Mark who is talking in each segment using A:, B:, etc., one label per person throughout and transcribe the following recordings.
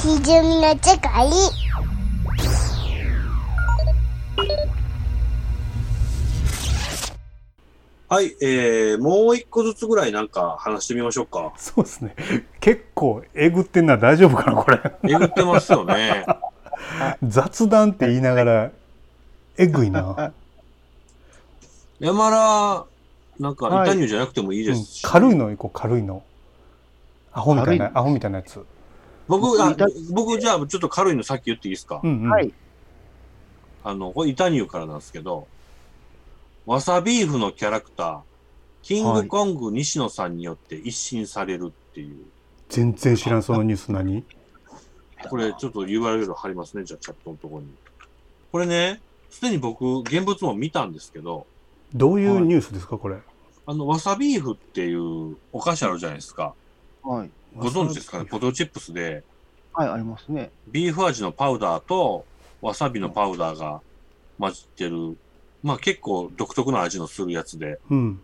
A: ひじゅんの世界
B: はい、えー、もう一個ずつぐらいなんか話してみましょうか。
C: そうですね。結構えぐってんな大丈夫かなこれ。
B: えぐってますよね。
C: 雑談って言いながらえぐいな。
B: 山田、なんか、
D: はい
B: イタニューじゃなくて もいいですし。
C: うん軽いの行こう軽いの。アホみたいな
D: 軽
C: アホみたいなやつ。
B: 僕、あ
D: イタ
B: 僕じゃあ、ちょっと軽いのさっき言っていいですか。
C: うんうん。
D: はい。
B: あの、これイタニューからなんですけど、わさビーフのキャラクター、キングコング西野さんによって一新されるっていう。
C: 全然知らんそのニュース何？
B: これちょっと URL 貼りますね、じゃあチャットのところに。これね、すでに僕、現物も見たんですけど、
C: どういうニュースですかこれ。
B: あの、わさビーフっていうお菓子あるじゃないですか。
D: はい。
B: ご存知ですかねポテトチップスで、
D: はい、ありますね。
B: ビーフ味のパウダーとわさびのパウダーが混じってる、まあ結構独特な味のするやつで。
C: うん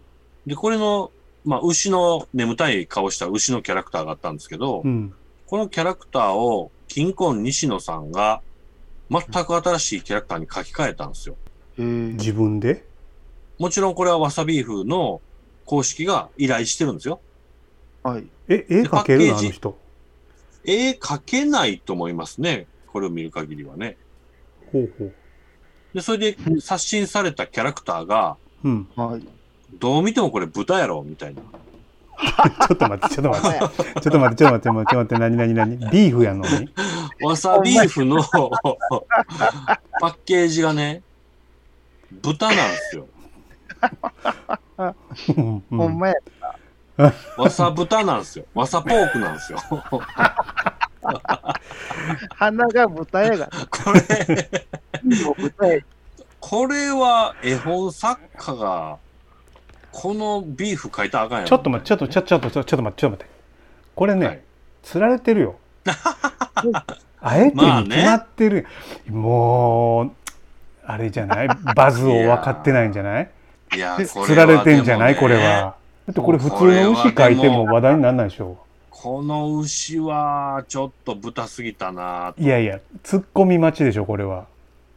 B: で、これの、まあ牛の眠たい顔した牛のキャラクターがあったんですけど、
C: うん。
B: このキャラクターを金婚西野さんが全く新しいキャラクターに書き換えたんですよ。
D: へえ。
C: 自分で。
B: もちろんこれはわさビーフの公式が依頼してるんですよ。
D: はい。
C: え絵描けるの
B: パッ
C: あ
B: ケージ
C: の人。
B: 絵描けないと思いますね。これを見る限りはね。
C: ほうほう。
B: で、それで刷新されたキャラクターが、
C: うん。
D: はい。
B: どう見てもこれ豚やろみたいな。
C: ちょっと待ってちょっと待ってちょっと待ってちょっと待って待って待って何何何ビーフやのに。
B: わさビーフの パッケージがね、豚なんですよ。
C: うんうん
D: ほんまや。
B: わさ豚なんですよ。わさポークなんですよ。
D: 鼻が豚やが。
B: これ、
D: もう豚や。
B: これは絵本作家が、このビーフ書いたらあかんやろ
C: ちょっと待って、ちょっと、ちょっと、ちょっと、ちょっと待って、ちょっと待って。これね、
B: はい
C: 釣られてる よ。あえてに決まってるやん、もう、あれじゃないバズを分かってないんじゃない
B: いや、こ
C: 釣られてんじゃない、
B: で
C: こ
B: もね
C: れは。だってこれ普通の牛書いても話題にならないでしょ。
B: この牛は、ちょっと豚すぎたな。
C: いやいや、突っ込み待ちでしょ、これは。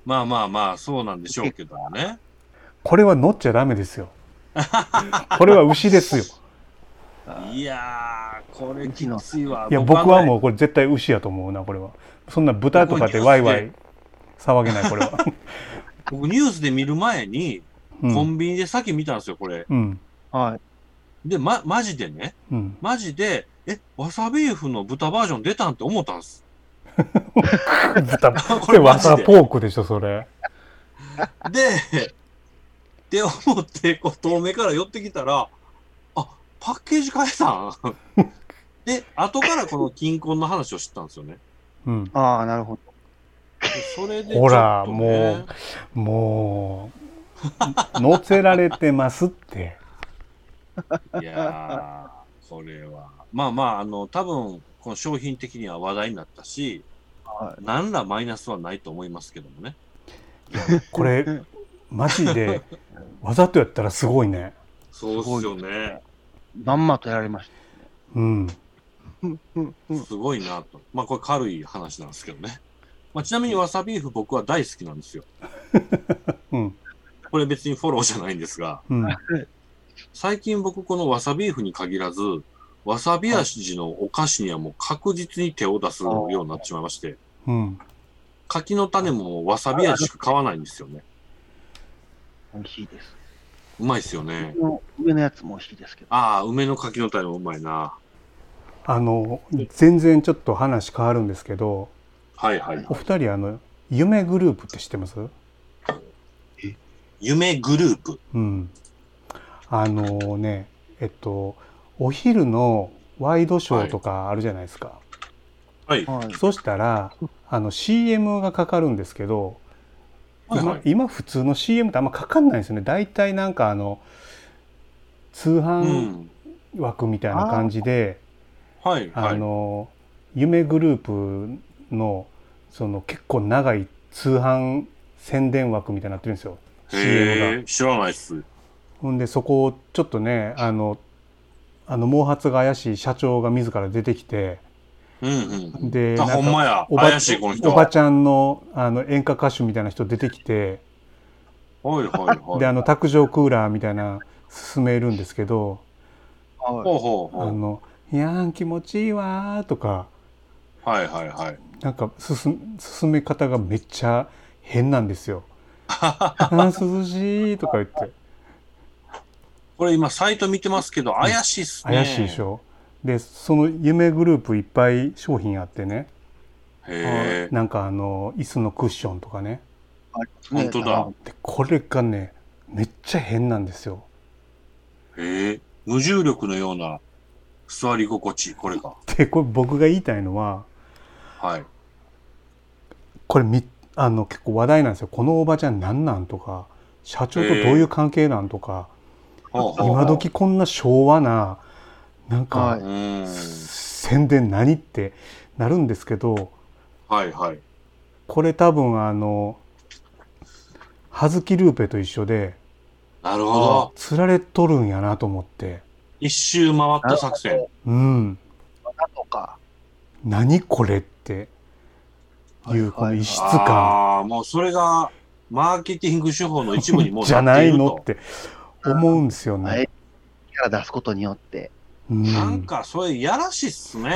B: まあまあまあ、そうなんでしょうけどね。
C: これは乗っちゃダメです よ。これは牛ですよ。
B: いやー、これきついわ。
C: いや、僕は
B: う。
C: もうこれ絶対牛やと思うな、これは。そんな豚とかでワイワイ騒げない、これは。
B: 僕ニュースで見る前に、
C: う
B: コ
C: ん。
B: ンビニでさっき見たんですよ、これ。
C: うん。
D: はい。
B: で、ま、マジでね、
C: うん。
B: マジで、え、わさビーフの豚バージョン出たんって思ったんです。
C: 豚
B: こ
C: これ
B: れマ
C: わ
B: ジ
C: さ
B: で。
C: ポークでしょそれ
B: で、って思って、こう、遠目から寄ってきたら、あ、パッケージ変え たんで、後からこの金婚の話を知ったんですよね。
C: うん
D: ああ、なるほど。
B: でそれで、
C: ほら
B: ちょっと
C: ももう乗せられてますって
B: いやー、これは。まあまあ、あの、多分、この商品的には話題になったし、
D: は
B: 何らマイナスはないと思いますけどもね。
C: これマジでわざとやったらすごいね
B: そうっすよね。
D: まんまとやられまし
C: うん
D: た。うんうんうん。
B: すごいなと。まあ、これ軽い話なんですけどね。まあ、ちなみにわさビーフ僕は大好きなんですよ。
C: うん
B: これ別にフォローじゃないんですが、
C: うん
B: 最近僕このわさビーフに限らず、わさび味のお菓子にはもう確実に手を出すようになってしまいまして、
C: うん
B: 柿の種もわさび味しか買わないんですよね。
D: 美味しいです。
B: うまいっすよね。
D: 上の上のやつも美味しいですけど。
B: ああ、梅の柿の種もうまいな。
C: あの全然ちょっと話変わるんですけど
B: はいはい。
C: お二人あの夢グループって知ってます
B: 夢グループ。
C: うんあのねえっとお昼のワイドショーとかあるじゃないですか、
B: はい。
D: はい。
C: そしたらあの CM がかかるんですけど、
B: はいはい
C: 今今普通の CM ってあんまかかんないんですよね大体なんかあの通
B: う
C: 販
B: ん。
C: 枠みたいな感じで、
B: はいは
C: あ
B: い。
C: の夢グループのその結構長い通販宣伝枠みたいになってるんですよ CM
B: へ
C: が。
B: え、知らないっす。
C: ほんでそこをちょっとねあのあの毛髪が怪しい社長が自ら出てきて
B: うんうん。
C: で
B: あ、
C: なんか
B: ほんまや。
C: おば
B: 怪しい、この人。
C: おばちゃんのあの演歌歌手みたいな人出てきて
B: はいはいはい。
C: であの卓上クーラーみたいな勧めるんですけど
B: ほ
D: は
B: うほ
C: 「
B: うほ
C: あ
B: う。
C: のいやーん気持ちいいわー」とか
B: はいはいはい。
C: なんか進進め方がめっちゃ変なんで すよ。あー涼しいとか言って
B: これ今、サイト見てますけど、怪しいっすね。
C: 怪しいでし。ょ。でその夢グループいっぱい商品あってね
B: へえ。
C: なんかあの椅子のクッションとかね
D: い。
B: 本
D: ね
B: 当だ。
C: でこれがねめっちゃ変なんですよ。
B: へえ。無重力のような座り心地、これが。
C: でこれ僕が言いたいのは
B: はい。
C: これみあの結構話題なんですよこのおばちゃんなんなんとか社長とどういう関係なんとか、
B: ほうほう
C: 今時こんな昭和ななんか、
D: はいう
B: ーん。
C: 宣伝何ってなるんですけど
B: はいはい。
C: これ多分あの葉月ルーペと一緒で
B: なるほど。
C: 釣られとるんやなと思って
B: 一周回った作戦。
C: うん
D: なんとか。
C: 何これっていうこの異質感
B: ああ、もうそれが、マーケティング手法の一部にもう
C: じゃない
B: な
C: の
B: って
C: っ
B: いる
C: て思うんですよね。
D: はい。キャラ出すことによって。
C: う
B: となんか、それ、やらしいっすね。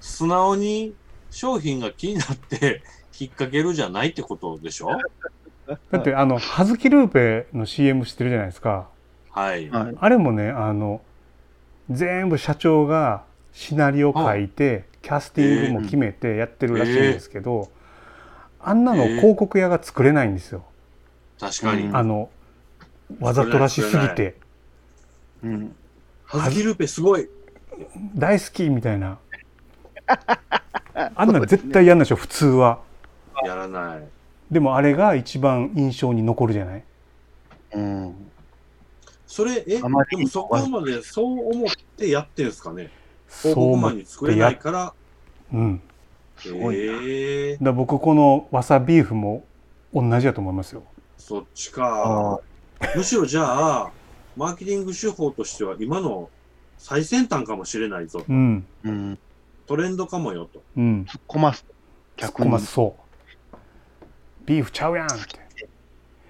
B: 素直に商品が気になって、引っ掛けるじゃないってことでしょ
C: だってあの葉月ルーペの CM してるじゃないですか
B: はい。
D: はい。
C: あれもねあの全部社長がシナリオ書いてキャスティングも決めてやってるらしいんですけど、あんなの広告屋が作れないんですよ、
B: 確かに
D: うん。
C: あのわざとらしすぎて
D: うん。
B: ハズキルーペすごい。
C: 大好きみたい なあんなの絶対やんないでしょ普通は
B: やらない。
C: でもあれが一番印象に残るじゃない
D: うん。
B: それ、え、で
D: あ
B: も
D: まり
B: そこまでそう思ってやってるんですかね。
C: そ
B: 広
C: う
B: 告マ
C: 思
B: ンに作
C: っ
B: れ
C: て
B: な
C: や
B: いから。
C: うん
B: へ
D: すごいな
B: え
C: だから僕このわさビーフも同じだと思いますよ
B: そっち
D: あ
B: か
D: あ。。
B: むしろじゃあ、マーケティング手法としては今の最先端かもしれないぞ。
C: うん
D: うん。突
B: トレンドかもよと。
C: うん
D: っ込ます。
C: 突っ
D: 逆
C: 込
D: に。
C: ま
D: は
C: ず
D: い
C: そうビーフちゃうやんって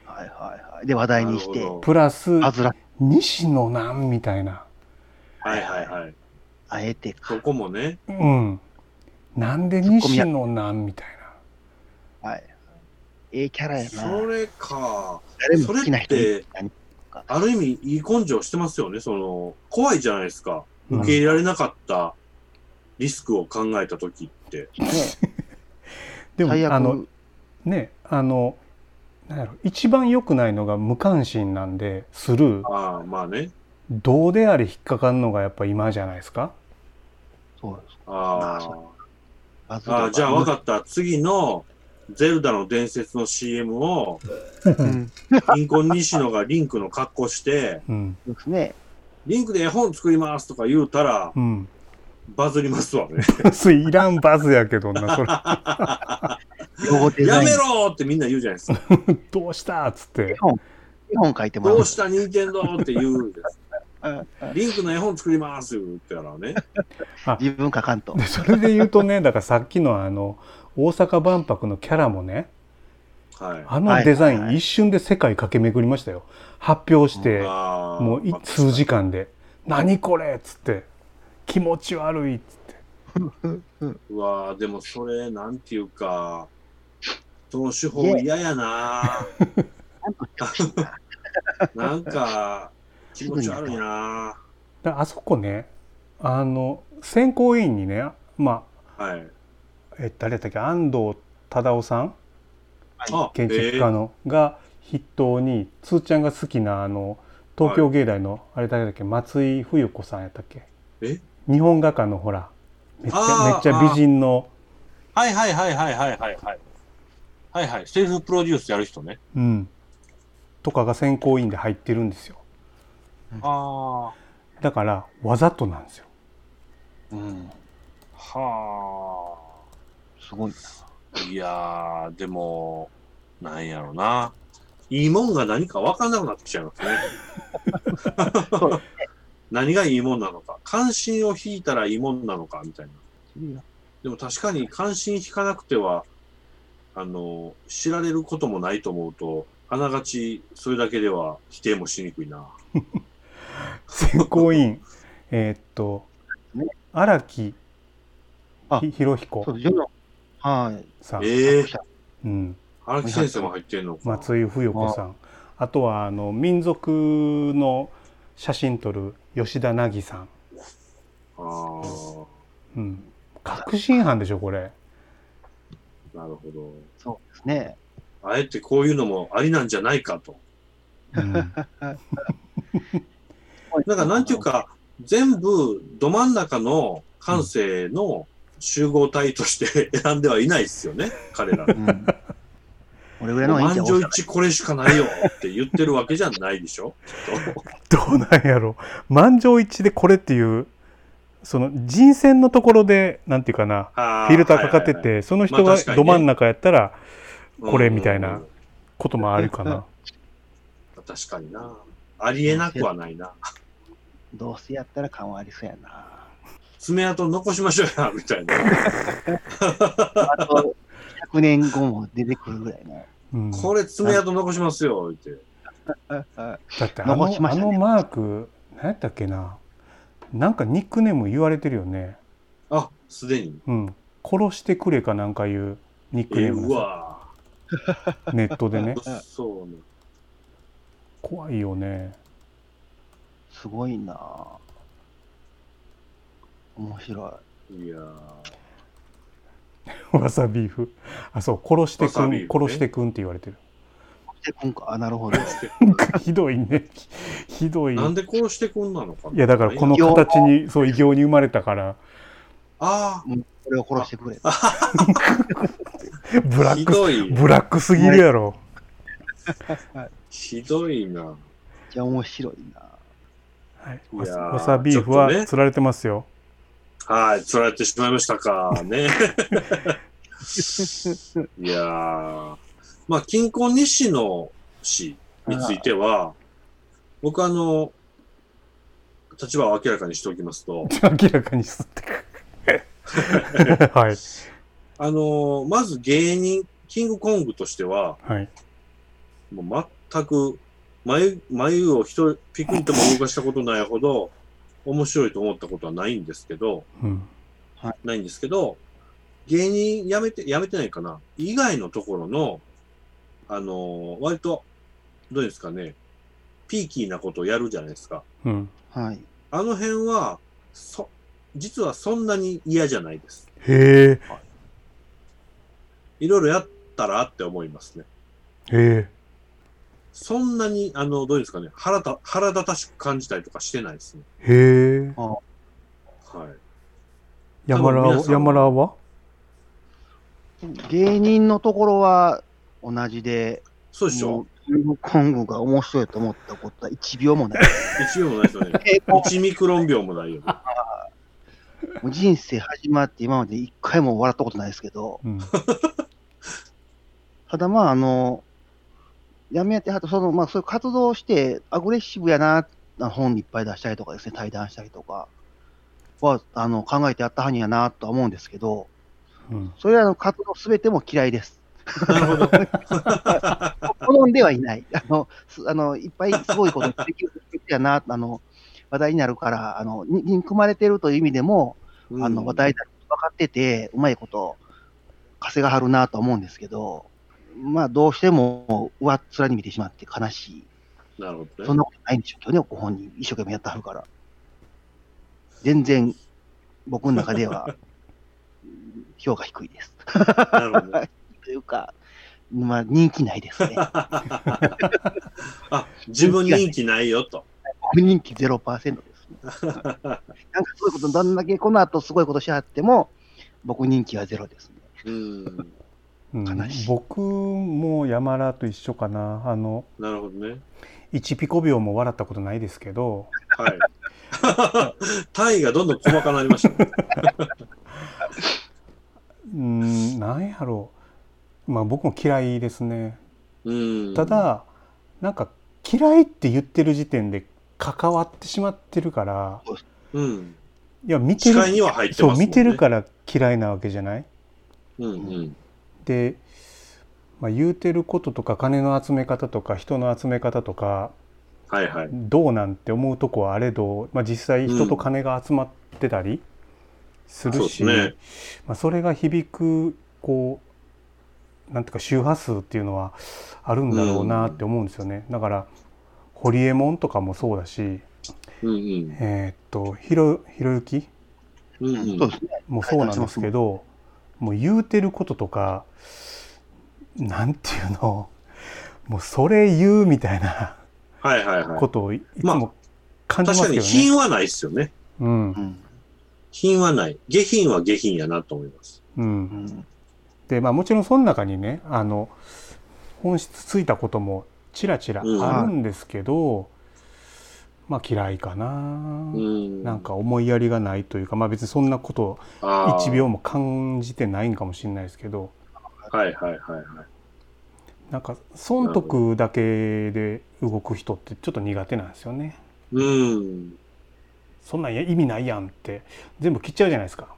D: はいはい。で、話題にし
B: な
D: て
B: る、ほど
C: プラス
D: あずら、
C: 西野なんみたいな
B: はいはいはい。
D: あえてか
B: そ。こもね。
C: うんなんで西野なんみたい
D: はい。ええキャラや
B: そ
D: な。
B: れか。
D: 誰も
B: そ
D: 好きな
B: れっ
D: 人いる
B: て、ある意味、いい根性してますよね。その、怖いじゃないですか。
C: な、
B: 受け入れられなかったリスクを考えた時って。
D: ね。
C: でも
D: 最悪。
C: あのねあのなんやろ一番良くないのが無関心なんでスルー
B: ああ、まあね。
C: どうであれ引っかかるのがやっぱ今じゃないですか
D: そうです。
B: あ
D: そ
B: あ。
D: あずら
B: ああ、じゃあ分か
D: っ
B: った。次の、ゼルダの伝説の CM を、
D: た。う。
C: うん
B: 貧困西野がリンクの格好して、
C: ん
D: そうですね。
B: リンクで絵本作りますとか言うたら、
C: うん
B: バズりますわね。
C: それいらんバズやけどなそれ
D: ロゴデザ
B: や
D: イン。
B: めろーってみんな言うじゃないです か。
C: どうしたっつって
D: 絵本書いてもら
B: ど
D: う
B: う。した、任天堂って言うんです。リンクの絵本作りますって言ったらね。
D: 自分書かんと。
C: でそれで言うとねだからさっきのあの大阪万博のキャラもね
B: はい。
C: あ
D: は
C: の
D: い
C: デザイン、
D: はい
C: 一瞬で世界駆け巡りましたよ発表して、
B: あー
C: もうい
B: まあ
C: 数時間で「何これ!」っつって「気持ち悪い!」っつって
B: うわーでもそれ、なんていうか、その手法嫌やな
D: なんとしてほしいな
B: ーなんか、気持ち悪いな
C: だからあそこねあの選考委員にねま
B: ーはい。
C: あえっと誰だったっけ安藤忠雄さん
B: あ
C: 建築
B: え
C: 家の、が筆頭につーちゃんが好きなあの東京芸大の、あれ誰だっけ松井冬子さんやったっけ
B: え
C: 日本画家のほらめっち
B: あ
C: ゃ
B: ー
C: めっちゃ美人の
B: はいはいはいはいはいはいはい。はいはい。セルフプロデュースやる人ね。
C: うんとかが選考委員で入ってるんですよ
B: あ
C: だからわざとなんですよ
D: うん。
B: あ。は
D: すごいな。
B: あ。いやー、でも、なんやろな。いいもんが何か分かんなくなってきちゃいますね。何がいいもんなのか、関心を引いたらいいもんなのか、みたいな。
D: いいよ
B: でも確かに関心引かなくては、あの、知られることもないと思うと、あながち、それだけでは否定もしにくいな。
C: 選考委 員、えーっと
D: ね、
C: 荒木
D: あ
C: ひろ彦
D: そう、世の、はい。
C: さん、
B: ええ
D: 作者
C: うん、
B: 荒木先生も入ってんのか。
C: 松井冬子さん、あとはあの民族の写真撮る吉田凪さん、
B: ああ、
C: うん、確信犯でしょ、これ。
B: なるほど。
D: そうですね。
B: あえてこういうのもありなんじゃないかと。
C: うん、
B: なんか、なんていうか、全部、ど真ん中の感性の集合体として選んではいないですよね、彼ら。
D: うん、俺ぐらいの方がいいん
B: 満
D: じゃん
B: 場一致これしかないよって言ってるわけじゃないでしょ、きっ と。
C: どうなんやろ満場一致でこれっていうその人選のところでなんていうかな
B: あ
C: フィルターかかってて、その人
B: まあ
C: が
B: 確かにね
C: ど真ん中やったらこれみたい。
B: はいはい
C: な
B: はいうん
C: こともあるかな、
B: 確かにな。ありえなくはないな。
D: どうせやったら感はありそうやな。
B: 爪痕残しましょうや、みたいな。
D: あと、100年後も出てくるぐらいね。
C: うん
B: これ爪痕残しますよ、って。
C: だってあの,、
D: 残しま
C: あ
D: したね
C: のマーク何やったっけななんかニックネーム言われてるよね、
B: あ、すでに。
C: うん、殺してくれかなんかいうニックネ
B: えー、
C: ーム
B: う
C: なん
B: わ
C: ですよネットでね
B: ぁ。そうね。
C: 怖いよね
D: すごいな。面白
B: いやー
C: わさビーフあそう殺して
B: わ
C: く
B: さ
C: ん、
B: ビーフね
C: 殺してくんって言われてる
D: い。で、今回、あ、なるほど。
C: なんかひどいね。ひどい。
B: なん
C: い
B: でこうしてこんなのかな。
C: や、だからこの
D: 異形
C: 形に、そう、異形に生まれたから、
B: あ
D: 俺を殺してくれ。
C: ブラ
B: あ、ひ
C: ック、
B: どい。
C: ブラックすぎるやろ。
B: ひどいな。
D: じゃあ面白いな。
C: はい
B: いやー
C: わさビーフは
B: ちょっとね
C: 釣られてますよ。
B: はい、釣られてしまいましたか。ね。いやーまあ、近郊西野氏については、僕あの、立場を明らかにしておきますと、
C: 明らかにすって く。はい。
B: あの、まず芸人、キングコングとしては、
C: はい。
B: もう全く眉、眉を一人ピクンとも動かしたことないほど、面白いと思ったことはないんですけど、
C: うん。
B: ないんですけど、芸人辞めて、辞めてないかな以外のところの、あのー割と、どうですかね、ピーキーなことをやるじゃないですか。
C: うん。
D: はい。
B: あの辺は、そ、実はそんなに嫌じゃないです。
C: へ
B: いろいろやったらって思いますね。
C: え。へえ。
B: そんなに、あの、どうですかね、腹た、腹立たしく感じたりとかしてないですね。
C: へえ。
B: はい。
C: 山
B: 多分皆
C: らは、
B: さん
C: 山らは
D: 芸人のところは同じで、
B: そうでし
D: も
B: ょ
D: うキングコングが面白いと思ったことは1秒もない。
B: ?1 秒もないですよね。1ミクロン秒も ないよね。
D: もう人生始まって今まで一回も笑ったことないですけど、
C: うん。
D: ただまあ、あの、やめてはった、その、まあ、そういう活動をして、アグレッシブやな、あ本いっぱい出したりとかですね、対談したりとかは、あの、考えてやったはんやなとは思うんですけど、
C: うん。
D: それらの活動すべても嫌いです。
B: なるほど。
D: 好んではいない。 あの、すあのいっぱいすごいことできるやな、あの、話題になるから、あの、に憎まれてるという意味でも、あの、話題だと分かってて、うまいこと稼がはるなとは思うんですけど、まあ、どうしても、上っ面に見てしまって悲しい。
B: なるほど
D: そん
B: ね。
D: なことないんでしょうけどね、ご本人、一生懸命やってはるから。全然、僕の中で は、うん評価低いです。
B: なるほどね。
D: というか、まあ、人気ないですね。
B: あ、自分人気ないよと。
D: 僕人気0%ですね。なんかすごいこと、どんだけこの後すごいことしはっても、僕人気はゼロですね。
B: うん、
C: うん
D: 悲しい
C: 僕も山らと一緒かな。あの、
B: なるほどね。
C: 1ピコ秒も笑ったことないですけど、
B: はい。 単位がどんどん細かなりましたね。
C: うーん、なんやろう。まあ僕も嫌いですね。
B: うん。
C: ただ、なんか嫌いって言ってる時点で関わってしまってるから、
B: うん。
C: いや、見て
B: 視
C: る、
B: 界には入って
C: そ
B: ますも
C: う、
B: んね。
C: 見てるから嫌いなわけじゃない
B: うんうん。
C: で、まあ、言うてることとか金の集め方とか人の集め方とか
B: はいはい。
C: どうなんて思うとこはあれど、まあ、実際人と金が集まってたりするし、
B: うんそうですね
C: まあ、それが響くこうなんていうか周波数っていうのはあるんだろうなって思うんですよね。だからホリエモンとかもそうだし、
B: うんうん。
C: えーっとひろひろゆき
B: うんう。
D: そうんですね。
C: もそうなんですけど、もう言うてることとか、なんていうの、 もうそれ言うみたいな
B: はいはいは
C: こ
B: い。
C: とをいつ
B: まあ
C: も感じま
B: 確
C: す
B: か
C: け
B: に
C: どね。
B: 品はないっすよね。
C: うん
D: う、ん。
B: 品はない。下品は下品やなと思います。
C: う。
D: うんん。
C: で、まあもちろんその中にね、あの、本質ついたこともちらちらあるんですけど、まあ嫌いかな、
B: うん。
C: なんか思いやりがないというか、まあ別にそんなことを
B: あー
C: 1秒も感じてないんかもしれないですけど、
B: はいはいはいはい。
C: なんか損得だけで動く人ってちょっと苦手なんですよね。
B: うん。
C: そんなんや意味ないやんって全部切っちゃうじゃないですか。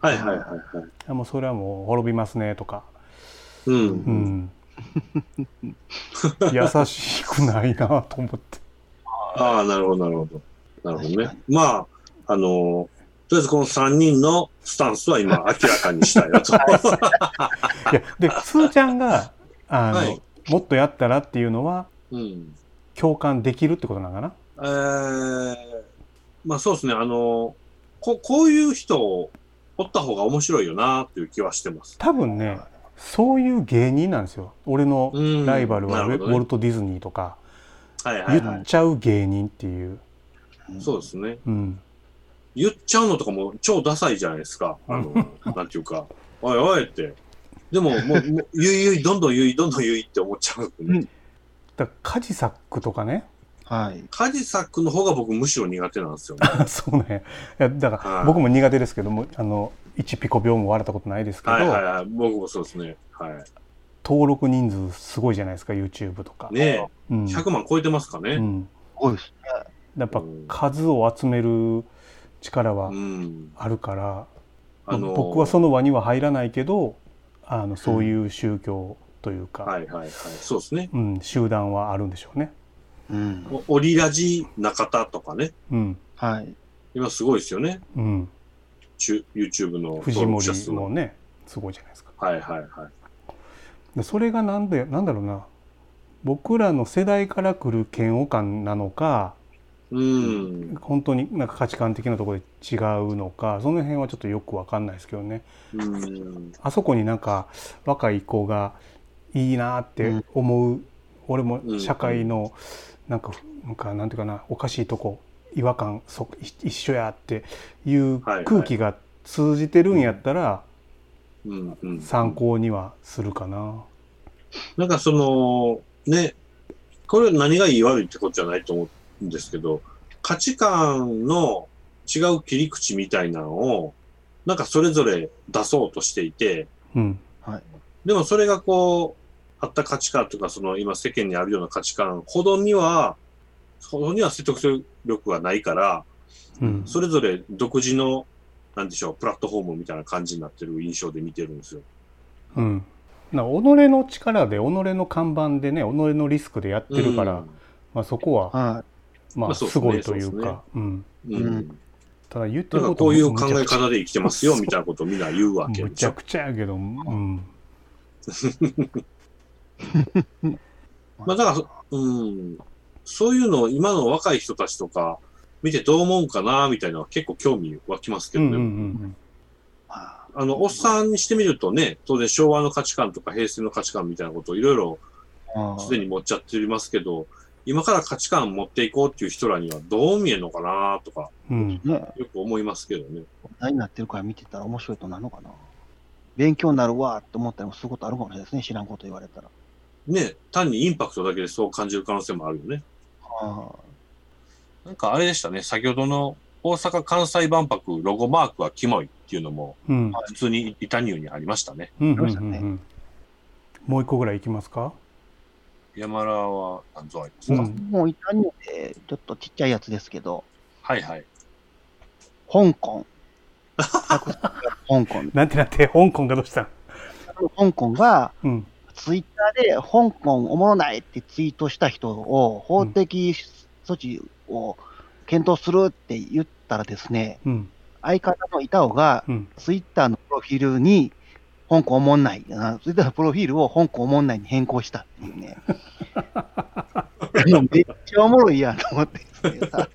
B: はいはいはいはい。
C: あもうそれはもう滅びますねとか。
B: うん
C: う。 ん。優しくないなと思って。
B: ああ、なるほどなるほど。なるほどね。まあ、あのーとりあえずこの3人のスタンスは 今明らかにしたいなと。
C: いやで、すーちゃんがあの、
B: はい
C: もっとやったらっていうのは
B: うん。
C: 共感できるってことなのかな。
B: えー、まあそうですね、あの、ここういう人をおった方が面白いよなっていう気はしてます。
C: 多分ね、そういう芸人なんですよ。俺の
B: うん
C: ライバルはウ
B: なるほ
C: ェ
B: ど
C: ウ
B: ね
C: ォルト・ディズニーとか
B: はいはい、は
C: 言っ
B: い。
C: ちゃう芸人っていう。
B: そうですね。
C: うん。
B: 言っちゃうのとかも超ダサいじゃないですか。あの、なんていうか、おいおいって。でも、もう、もうゆいゆい、どんどんゆい、どんどんゆいって思っちゃう、
D: う
B: ね
D: ん。
C: だからカジサックとかね。
D: はい。
B: カジサックの方が僕むしろ苦手なんですよね。
C: そうね。いやだか
B: は
C: ら
B: い
C: 僕も苦手ですけども、あの1ピコ秒も笑ったことないですけど、
B: はいはいはい。僕もそうですね。はい。
C: 登録人数すごいじゃないですか、YouTube とか。
B: ね
C: うん
B: え、100万超えてますか
C: う
B: ね。
C: ん、
D: 多いですね。
C: やっぱ数を集める力
B: う
C: は
B: ん。
C: あるから、
B: あの
C: 僕はその輪には入らないけど、あのそういう宗教というか、
B: はいはいはい。そうですね。
C: うん、集団はあるんでしょうね。
D: うん。
B: おオリラジ中田とかね。
C: うん
D: はい。
B: 今すごいですよね。
C: うん、
B: 中 YouTube の
C: 藤
B: 登録者
C: 森
B: 数
C: も
B: も。
C: ねすごいじゃないですか。
B: はいはいはい。
C: でそれがなんでなんだろうな僕らの世代から来る嫌悪感なのか
B: うん。
C: 本当になんか価値観的なところで違うのかその辺はちょっとよくわかんないですけどね
B: うん。
C: あそこになんか若い子がいいなって思う、俺も社会のなんか、なんかなんていうかなおかしいとこ違和感そ一緒やっていう
B: はいはい
C: 空気が通じてるんやったら
B: うん。うん。
C: 参考にはするかな。
B: なんかその、ね、これは何がいい悪いってことじゃないと思うんですけど、価値観の違う切り口みたいなのを、なんかそれぞれ出そうとしていて、
C: うん、
B: でもそれがこう、あった価値観とか、その今世間にあるような価値観ほどには、ほどには説得力がないから、
C: うん
B: それぞれ独自の、なんでしょう、プラットフォームみたいな感じになってる印象で見てるんですよ。
C: うん、なんか己の力で己の看板でね己のリスクでやってるから、
B: うん
C: まあ、そこは、
D: は
B: ま
C: まあ、
B: あそうっ
C: す
B: すね
C: ごいという
B: そうっすね
C: か、うん、
B: うん
D: うん
C: ただ言って
B: な
C: る
B: ん
C: こ
B: か
C: と
B: こういう考え
C: むちゃくち
B: 方で生きて ますよみたいなことをみんな言うわけ
C: ゃむ
B: で
C: ち
B: し
C: ゃ
B: ょ。
C: くちゃやけど、うん、
D: い。
B: まあだから、うん、そういうのを今の若い人たちとか見てどう思うかなみたいなのは結構興味湧きますけ
C: う
B: ど
C: ん
B: ね。
C: うんうん
D: あ
B: あの、おっさんにしてみるとね、当然昭和の価値観とか平成の価値観みたいなことをいろいろ
D: あ
B: すでに持っちゃってますけど、今から価値観持っていこうっていう人らにはどう見えるのかなとか、
C: うん
D: ね、
B: よく思いますけどね。
D: 何になってるから見てたら面白いとなるのかな。勉強になるわって思ったりもすることあるかもしれないですね。知らんこと言われたら。
B: ね、単にインパクトだけでそう感じる可能性もあるよね。
D: あ
B: なんかあれでしたね、先ほどの大阪・関西万博ロゴマークはキモいっていうのも、
C: うん
B: 普通にイタニューにありましたね。
C: うんうん
D: りましたね
C: うんもう一個ぐらいいきますか
B: 山ラは何ぞあります
C: う
B: か、
C: ん
D: もういたんで、ちょっとちっちゃいやつですけど、
B: はいはい。
D: 香港。香港。
C: なんてなって香港がどうしたん
D: 香港が、
C: うん
D: ツイッターで香港おもろないってツイートした人を法的措置を検討するって言ったらですね、
C: うん
D: 相方の板尾が
C: うん
D: ツイッターのプロフィールに香港おもんない、あツイッターのプロフィールを香港おもんないに変更したっていうね。もうめっちゃおもろいやんと思ってですねさ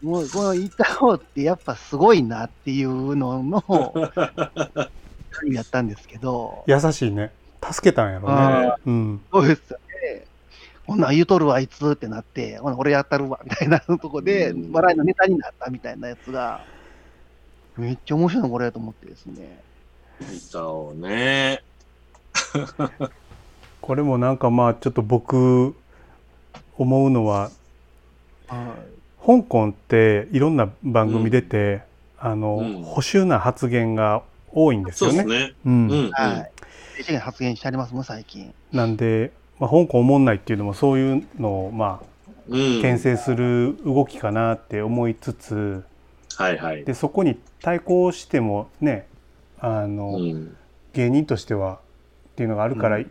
D: もうこの板尾ってやっぱすごいなっていうのの、 やったんですけど。
C: 優しいね助けたんやろ
D: あ
C: ね
D: ー
C: うん
D: そうですよね。こんなん言うとるわ、あいつってなって、ほな俺やったるわ、みたいなとこで
B: う、ん
D: 笑いのネタになったみたいなやつが、めっちゃ面白いのこれと思ってですね。
B: 板をね。
C: これもなんかまあちょっと僕思うのは香港っていろんな番組出て、あの、
B: うん
C: 補修な発言が多いんです
B: そう
C: よ
B: で
C: ね。
B: すね。
C: う
B: うんん。うん
D: はい。正直に発言してありますもん、最近。
C: なんで、まあ、香港おもんないっていうのもそういうのをまあ
B: うん。
C: 牽制する動きかなって思いつつ
B: はいはい。
C: でそこに対抗してもねあの、
B: うん。
C: 芸人としてはっていうのがあるから、
B: う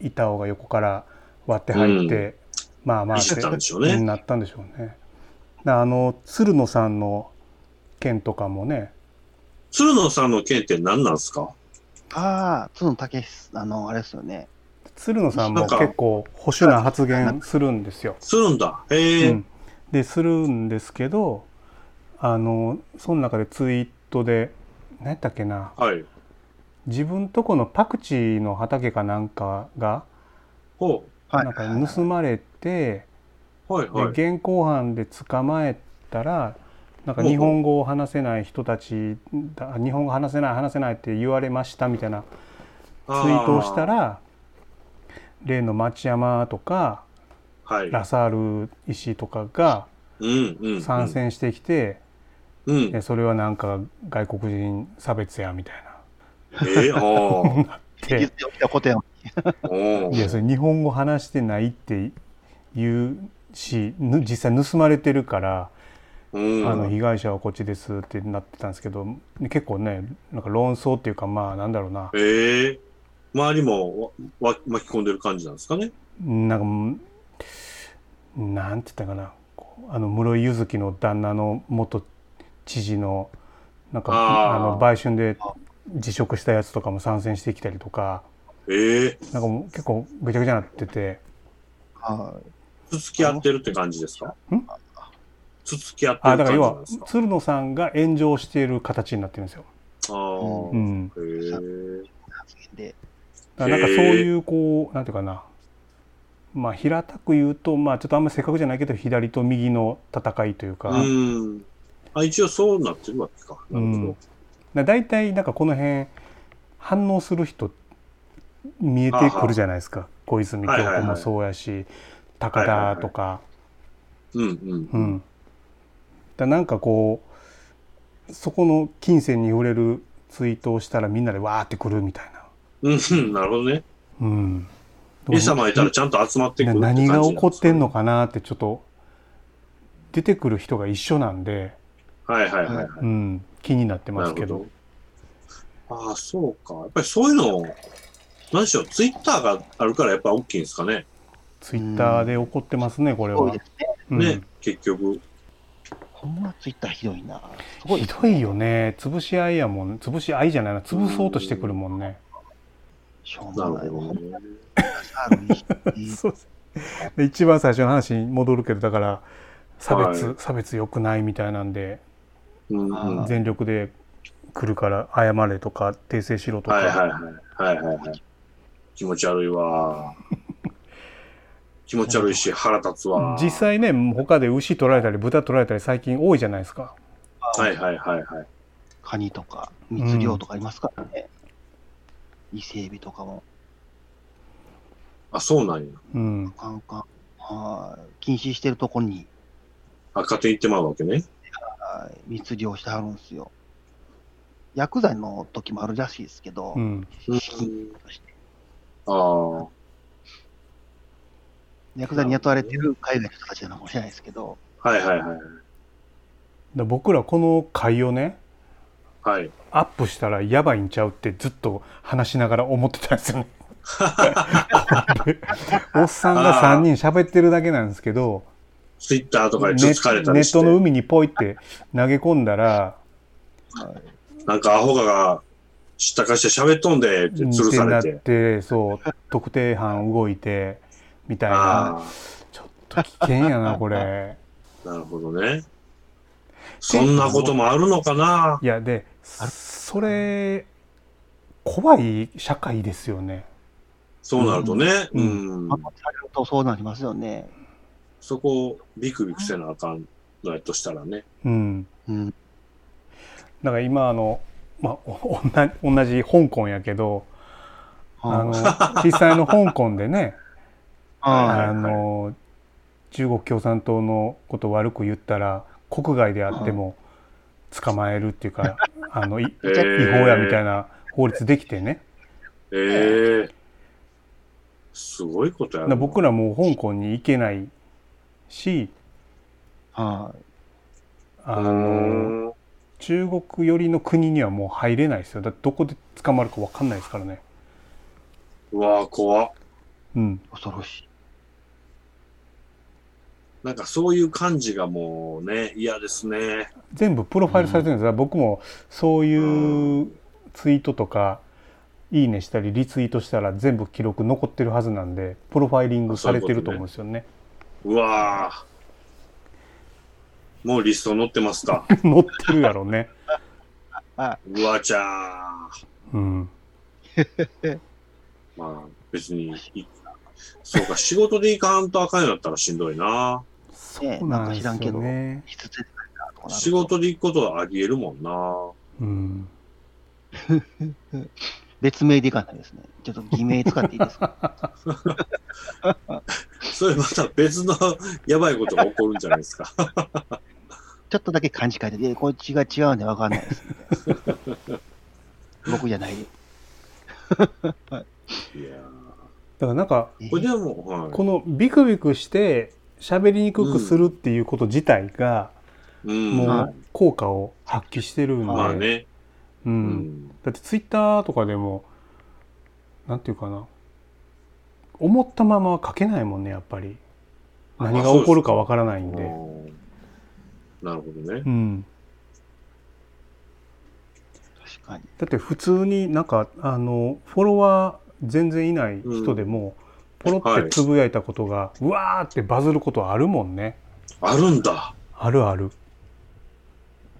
C: 板尾が横から割って入って、まあまあ
B: 見せたんでしょう
C: う
B: ね
C: んなったんでしょうね。だあの鶴野さんの件とかもね
B: 鶴野さんの件って何なんですか
D: ああ、つのたけし、あの、あれですよね。
C: 鶴野さんも
B: なんか
C: 結構保守な発言するんですよ。
B: するんだ。へえ、
C: うんでするんですけどあのその中でツイートで何やったっけな
B: はい。
C: 自分とこのパクチーの畑かなんかが
B: ほ
D: はい。
C: なんか盗まれて。
B: う。はいはい。
C: で現行犯で捕まえたらなんか日本語を話せない人たちだ日本語話せない話せないって言われましたみたいなツイートをしたら例の町山とか
B: あー、はい、
C: ラサール石井とかが
B: うんうんうん、
C: 参戦してきて、
B: うん。
C: えそれはなんか外国人差別やみたい
B: え え、あー
C: な。
D: 言っ
C: で
D: ておきたことやん。
B: お
C: いやそ
B: ー
C: れ日本語話してないって言うしぬ実際盗まれてるから。
B: うん。
C: あの被害者はこっちですってなってたんですけど結構ねなんか論争っていうかまあなんだろうな
B: ええ周りもわわ巻き込んでる感じなんですかね。
C: なんかうんなんて言ったかなこうあの室井柚希の旦那の元知事のなんかあ
B: あー
C: の売春で辞職したやつとかも参戦してきたりとか
B: ええ
C: なんかもう結構ぐちゃぐちゃになってて
D: はい。
B: つつき合ってるって感じですか
C: ん
B: つつき合って
C: あ
B: る
C: だ
B: 感じ
C: から要
B: なん
C: は
B: ですか
C: 鶴野さんが炎上している形になってるんですよ。
B: ああ、
C: う
B: へ
C: ん
B: え
D: 発言で。
C: だからなんかそういうこうなんていうかなまあ平たく言うとまあちょっとあんまり正確じゃないけど左と右の戦いというか,、
B: う
C: だか
B: ん。あ、一応そうなってるわけか。なるほど。
C: ら大体なんかこの辺反応する人見えてくるじゃないですか小泉今日子もそうやし、高田とか、
B: うんうん。
C: うん、だからなんかこうそこの金銭に触れるツイートをしたらみんなでわーってくるみたいな。
B: うんうん、なるほどね。
C: うん、
B: 餌撒いたらちゃんと集まってくるっ
C: な
B: て感じ
C: 何
B: なんで
C: が
B: すか
C: 起こってんのかなってちょっと出てくる人が一緒なんで、
B: はいはいはいはい。
C: うん、気になってますけど
B: なるほど。ああ、そうか。やっぱりそういうのを、何でしょう、ツイッターがあるからやっぱ大きいんですかね。
C: ツイッターで起こってますねこれ
D: 多い
C: は
D: で、す
C: うん
B: ね、結局。
D: ほんまツイッターひどいな。すごい
C: ひ。どいよね潰し合いやもん潰し合いじゃないな潰そうとしてくるもんね
D: しょう
B: な
D: もない
B: る
D: わ。
B: ほ
D: ほ
B: ど
D: んま
B: ね。
D: あるにして
C: そうですで一番最初の話に戻るけどだから差別、
B: は
C: 差別良くないみたいなんで
B: うんうん。
D: あ
B: は
D: ー
C: 全力で来るから謝れとか訂正しろ
B: い
C: とか、
B: はいはい。はいはいはい。気持ち悪い わ。気持ち悪いし腹立つわ。
C: 実。際ねもう他で牛取られたり豚取られたり最近多いじゃないですか
B: はいはいはいはい。
D: カニとか、密漁とかいますからね。伊勢エビとかも、
B: あ、そうなんや。
C: うん
D: カンカン、はい禁止してるとこに、
B: あ、勝手に行ってまうわけね。
D: はい密漁してはるんですよ。薬剤の時もあるらしいですけど、
C: うん
B: うん
D: 資金として
B: ああ。
D: ヤクザに雇われてる海外の人たちなのかもしれないですけど、
B: はいはいはい。
C: ら僕らこの回をね
B: はい。
C: アップしたらやばいんちゃうってずっと話しながら思ってたん ですよね。おっさんが3人喋ってるだけなんですけど
B: ツイッターとか
C: ネ
B: でちょっと疲れた
C: ネ
B: りし
C: ッ
B: て、
C: トの海にポイって投げ込んだら
B: なんかアホがが知ったかして喋っとんでって吊るさ
C: な
B: れ。
C: っててそう特定班動いてみたいな
B: あ
C: ちょっと危険やな これ。
B: あ、なるほどね。そんなこともあるのかない
C: やでそれ怖い社会ですよね。
B: そうなるとね。
C: う
B: うんん。
D: あんまりされるとそうなりますよね。
B: そこをビクビクせなあかんのやとしたらね。
C: うん
D: うん。
C: だから今あの、まあ、おおんな同じ香港やけど、あの
D: は
C: 実際の香港でね
D: あ
B: はい
C: あの中国共産党のことを悪く言ったら国外であっても捕まえるってい うかあのい違
B: え
C: 法やみたいな法律できてね
B: ええすごいことや
C: だ
B: な
C: から僕らもう香港に行けないし
D: は
C: あ
B: う
C: の
B: ん
C: 中国寄りの国にはもう入れないですよだってどこで捕まるか分かんないですからね。
B: うわあ、怖っ
C: うん
D: い。恐ろしい。
B: なんかそういう感じがもうね、嫌ですね。
C: 全部プロファイルされてるんですが、僕もそういうツイートとか、いいねしたりリツイートしたら全部記録残ってるはずなんでプロファイリングされてると思うんですよね。
B: うわあ。もうリスト載ってます か。
C: 載ってるやろうね。
B: うわちゃー。
C: うん、
B: まあ別にい、そうか、仕事で行かんとあかんようになったらしんど いな。
C: そうなんですよ
D: なんか知らんけど
C: ね。
D: 必然的なとこなると
B: 仕事で行くことはありえるもんな。
C: うん、
D: 別名でいかないですね。ちょっと偽名使っていいです か
B: それまた別のやばいことが起こるんじゃないです か。
D: ちょっとだけ漢字書いてて、こっちが違うんでわかんないですみたいな。僕じゃないで。
B: いや
C: だからなんか
D: え
B: ーこれでも、はい
C: このビクビクして喋りにくくするっていうこと自体が、
B: うん、
C: も
D: は
C: う効果を発揮してるんで、
B: まあね、
C: う、
B: うんん、
C: だってツイッターとかでもなんていうかな思ったままは書けないもんねやっぱり何が起こるかわからないんで
B: うんなるほどね
C: う。ん、
D: 確かに。
C: だって普通になんかあのフォロワー全然いない人でも、ポロってつぶやいたことが、うわーってバズることあるもんね
B: あるんだ。
C: あるある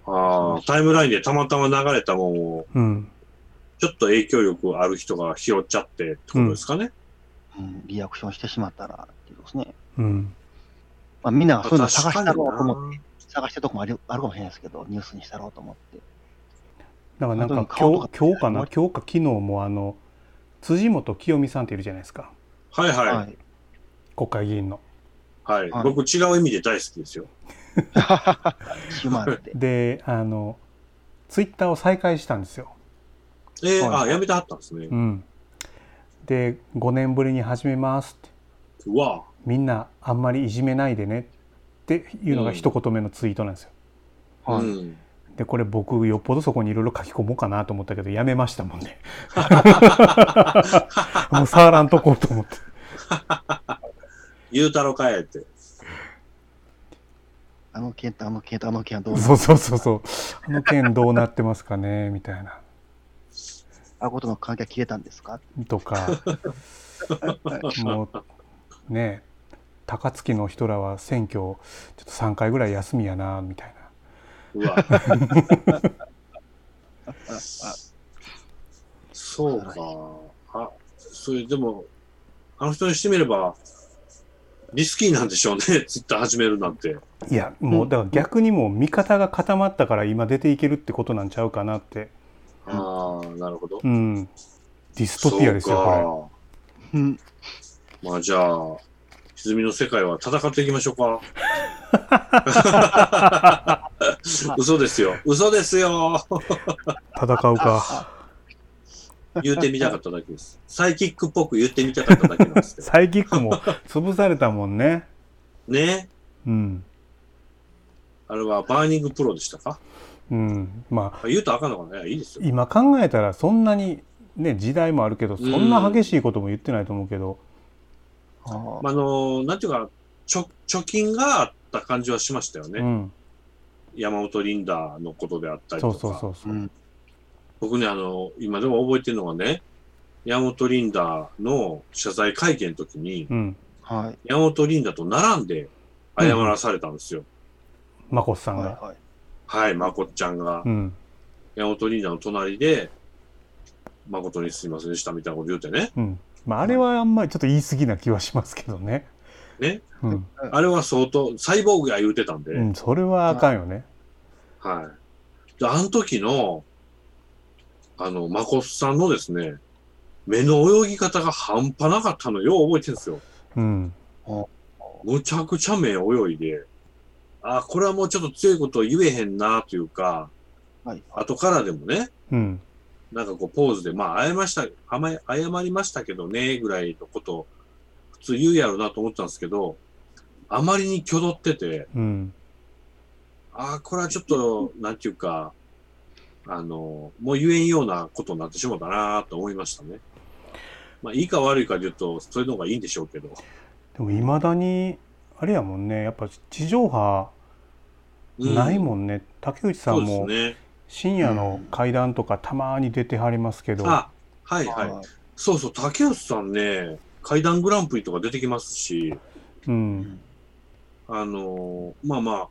B: ああ、タイムラインでたまたま流れたもんを、
C: うん
B: ちょっと影響力ある人が拾っちゃってってことですかね。
D: うん、リアクションしてしまったら、っていうことですね。
C: うん
D: まあ、みんなが
B: あ
D: そういうの探し
B: 確か
D: た
B: に
D: ろうと思っ
B: な
D: て、探してるとこもあるあるかもしれないですけど、ニュースにしたろうと思って。
C: だからなんか
D: あと
C: 今日
D: 顔とか
C: 今日かな今日か昨日もあの辻元清美さんっているじゃないですか
B: はいはい。
D: い。
C: 国会議員の。
B: はい。
D: はい
B: 僕違う意味で大好きですよ。
D: シュマルって。
C: であのツイッターを再開したんですよ。
B: えー
D: はい
B: あ、やめてはったんですね
C: う。ん、で5年ぶりに始めますって
B: うわ
C: みんなあんまりいじめないでねっていうのが一言目のツイートなんですよ。
B: あ。
D: は
B: う
D: い。
B: ん。
C: でこれ僕よっぽどそこにいろいろ書き込もうかなと思ったけどやめましたもん ね。もう触らんとこうと思って。
B: ゆうたろう帰って。
D: あの件とあの件とあの件はどうな
C: そうそうそうそう。あの件どうなってますかねみたいな。
D: あことの関係は切れたんですか
C: とかもうね高槻の人らは選挙ちょっと3回ぐらい休みやなみたいう
B: わそうか。あ、それでも、あの人にしてみれば、リスキーなんでしょうね。 ツイッター始めるなんて。
C: ないやも
D: う
C: うんだから逆にもう味方が固まったから今出ていけるってことなんちゃうかなって
B: ああ、なるほど。
C: うんディストピアですよこ
B: そうか
D: うん。
B: まあじゃあ、歪みの世界は戦っていきましょう か。嘘ですよ。嘘ですよ。
C: れ戦うか
B: 言ってみたかっただけです。サイキックっぽく言ってみたかっただけなんですけど。
C: サイキックも潰されたもんね。
B: ね
C: うん。
B: あれはバーニングプロでしたか
C: うん。まあ、
B: あ言うとあかんのかねいいですよ。
C: 今考えたらそんなに、ね、時代もあるけど、そんな激しいことも言ってないと思うけど。
D: あ
B: まあ、あのーなんていうか、ちょ貯金があった感じはしましたよね。
C: うん。
B: 山本リンダのことであったり
C: そ
B: と
C: う
B: か。
C: そうそうそうう。
D: ん。
B: 僕ね、あの、今でも覚えてるのはね、山本リンダの謝罪会見の時に、
C: うん。
D: はい。
B: 山本リンダと並んで謝らされたんですよ。
C: まこっさんが。
D: はいはい。
B: はい、まこっちゃんが
C: う、ん。
B: 山本リンダの隣で、誠にすいませんでしたみたいなこと言うてね。
C: うん。まあ、あれはあんまりちょっと言い過ぎな気はしますけどね。
B: ね
C: うん。
B: あれは相当、サイボーグが言うてたんで、
C: うん。それはあかんよね。
B: はい。で、あの時の、あの、まこっさんのですね、目の泳ぎ方が半端なかったのよう覚えてるんですよ。
C: うん。
B: むちゃくちゃ目泳いで、あこれはもうちょっと強いことを言えへんなというか、
D: はい
B: 後からでもね、
C: うん。
B: なんかこうポーズで、まあ謝りました、あまり謝りましたけどね、ぐらいのことを普通言うやろうなと思ったんですけど、あまりに挙動ってて、
C: うん。
B: あこれはちょっと、なんていうか、あの、もう言えんようなことになってしまったなと思いましたね。まあ、いいか悪いかで言うと、それの方がいいんでしょうけど。
C: でも、いまだに、あれやもんね。やっぱ地上波
B: うん
C: ないもんね。竹内さん
B: そ
C: も
B: うですね。
C: 深夜の会談とかたまに出てはりますけど。
B: あ、はいはい。そうそう、竹内さんね、怪談グランプリとか出てきますし、
C: うん。
B: あのーまあま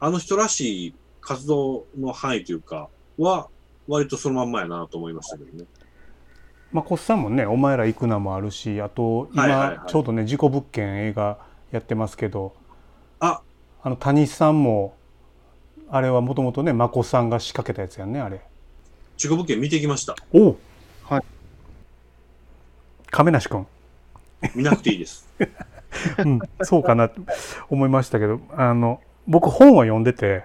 B: あ、あの人らしい活動の範囲というか、は、割とそのまんまやなと思いましたけどね。
C: まあ、こっさんもね「お前ら行くな」もあるしあと今、
B: はいはいはい
C: ちょうどね事故物件映画やってますけど
B: あ
C: あの谷さんもあれはもともとね眞子さんが仕掛けたやつやんねあれ
B: 中古物件見てきました。
C: おう
D: はい
C: 亀梨君、
B: 見なくていいです。
C: うん、そうかなと思いましたけどあの僕本は読んでて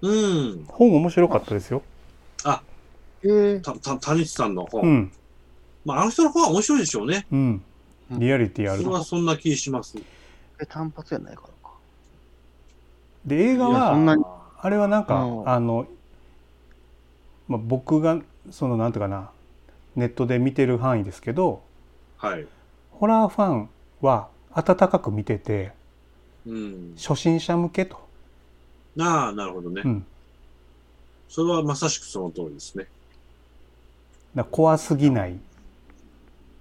B: うん。
C: 本面白かったですよ、
D: ええ。
B: た、 た、谷地さんの本。
C: うん
B: まあ、あの人の本は面白いでしょうね。
C: うん、リアリティあ
B: そ
C: る
B: れはそんな気します。
D: え、単発やないからか。
C: で映画
B: いや
C: は
D: そんなに
C: あれはなんか、
D: うん
C: あの、まあ、僕がそのなんていうかなネットで見てる範囲ですけど
B: はい。
C: ホラーファンは温かく見てて
B: うん。
C: 初心者向けと、
B: なあ、なるほどね。
C: うん、
B: それはまさしくその通りですね。
C: だから怖すぎない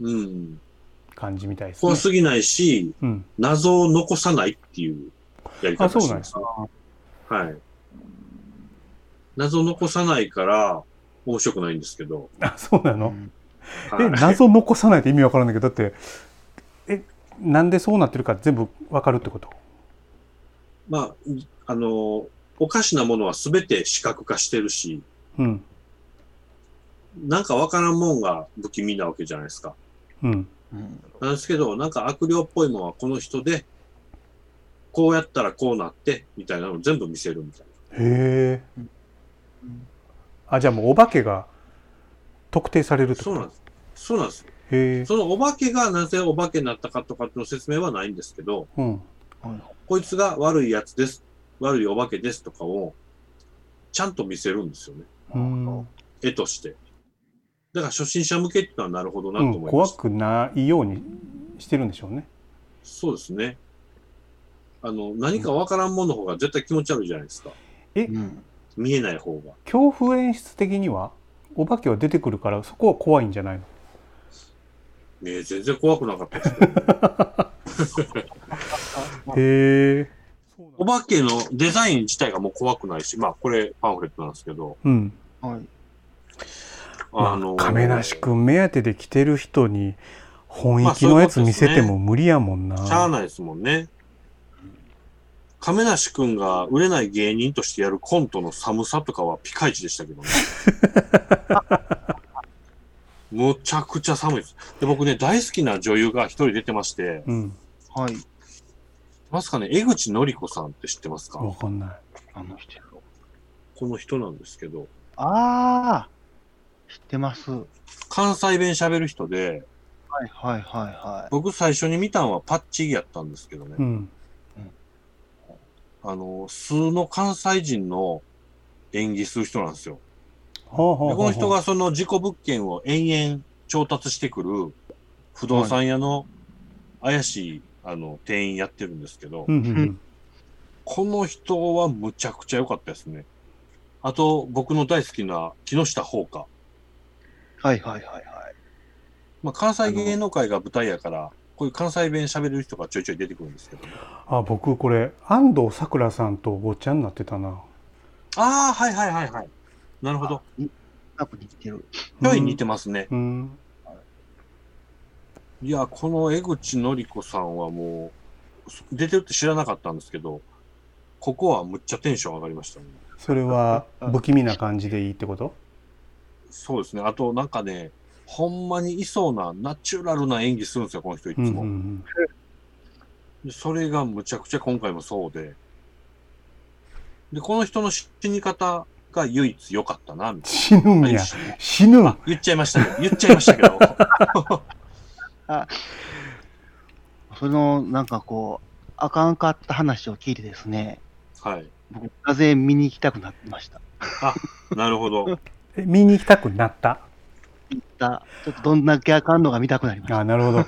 B: うん。
C: 感じみたいですね
B: 怖。すぎないし、
C: うん、
B: 謎を残さないっていうやり
C: あ
B: 方
C: そう
B: して
C: なん
B: ま
C: で
B: すすね。はい。謎残さないから面白くないんですけど。
C: あそうな
D: う
C: の、
D: ん
B: はい
C: で謎残さないって意味わからないけどだってえなんでそうなってるか全部わかるってこと
B: まあ、あの、おかしなものは全て視覚化してるし、
C: うん
B: なんかわからんもんが不気味なわけじゃないですか。
C: うん
D: うん
B: なんですけど、なんか悪霊っぽいもんはこの人で、こうやったらこうなって、みたいなのを全部見せるみたい
C: へえ
D: うん
C: あじゃあもうお化けが特定されるっ
B: な。
C: て
B: そう
C: こと
B: なんです。そうなんです。
C: へえ
B: そのお化けがなぜお化けになったかとかっていうの説明はないんですけど、
C: うん
D: はい
B: こいつが悪いやつです、悪いお化けですとかを、ちゃんと見せるんですよね。
C: うん
B: 絵として。だから初心者向けっていうのはなるほどな
C: う
B: と
C: ん、
B: 思いま
C: 怖
B: した。
C: くないようにしてるんでしょうね。
B: そうですね。あの、何かわからんものの方が絶対気持ち悪いじゃないですか。
D: うん
B: 見えない方が。
C: 恐怖演出的にはお化けは出てくるからそこは怖いんじゃないの
B: ねえ、全然怖くなかったです。
C: へえ。
B: お化けのデザイン自体がもう怖くないし、まあこれパンフレットなんですけど、
C: うん。
D: はい。
B: あ
C: まあ
B: の、
C: 亀梨君目当てで来てる人に本
B: まあ
C: 域
B: そういう
C: の
B: こと
C: やつ見せ
B: で
C: て
B: すね
C: も無理やもんな。
B: しゃあないですもんね。亀梨くんが売れない芸人としてやるコントの寒さとかはピカイチでしたけど ね。むちゃくちゃ寒いです。で、僕ね、大好きな女優が一人出てまして、
C: うん。
D: はい。
B: ますかね、江口のり子さんって知ってますか、
C: わかんない。
D: あの人やろ。
B: この人なんですけど、
D: ああ。知ってます。はい
B: 関西弁喋る人で、
D: はいはいは
B: 僕最初に見たのはパッチギやったんですけどね、
C: うん。
B: あの、数の関西人の演技する人なんですよ。
C: ほうほうほうほ
B: で
C: う
B: この人がその事故物件を延々調達してくる不動産屋の怪しい、あの店員やってるんですけど、
C: うんうんうん
B: この人はむちゃくちゃ良かったですね。あと、僕の大好きな木下宝花。
D: い。はいはいはいはい。
B: まあ、関西芸能界が舞台やから、こういう関西弁喋る人がちょいちょい出てくるんですけど。
C: あ僕これ安藤サクラさんとごっちゃになってたな
B: ああ、はいはいはいはい。なるほど。
D: なんか似てる。
B: ちょい似てますね。
C: うん
B: いや、この江口のり子さんはもう、す出てるって知らなかったんですけど、ここはむっちゃテンション上がりましたね。
C: それは不気味な感じでいいってこと
B: そうですね。あと、なんかね、ほんまにいそうなナチュラルな演技するんですよ、この人いつ
C: うんう
B: も。
C: ん
B: でそれがむちゃくちゃ今回もそうで。で、この人の死に方が唯一良かったな、みた
C: 死ぬん
B: いな
C: や。死ぬん
B: 言っちゃいましたけど、言っちゃいましたけ ど。
D: その、なんかこう、あかんかった話を聞いてですね、
B: はい。
D: 僕、なぜ見に行きたくなってました。
B: なるほど。
C: え見に行きたくなった
D: だちょっとどんだけあかんのが見たくなりました。
C: あなるほど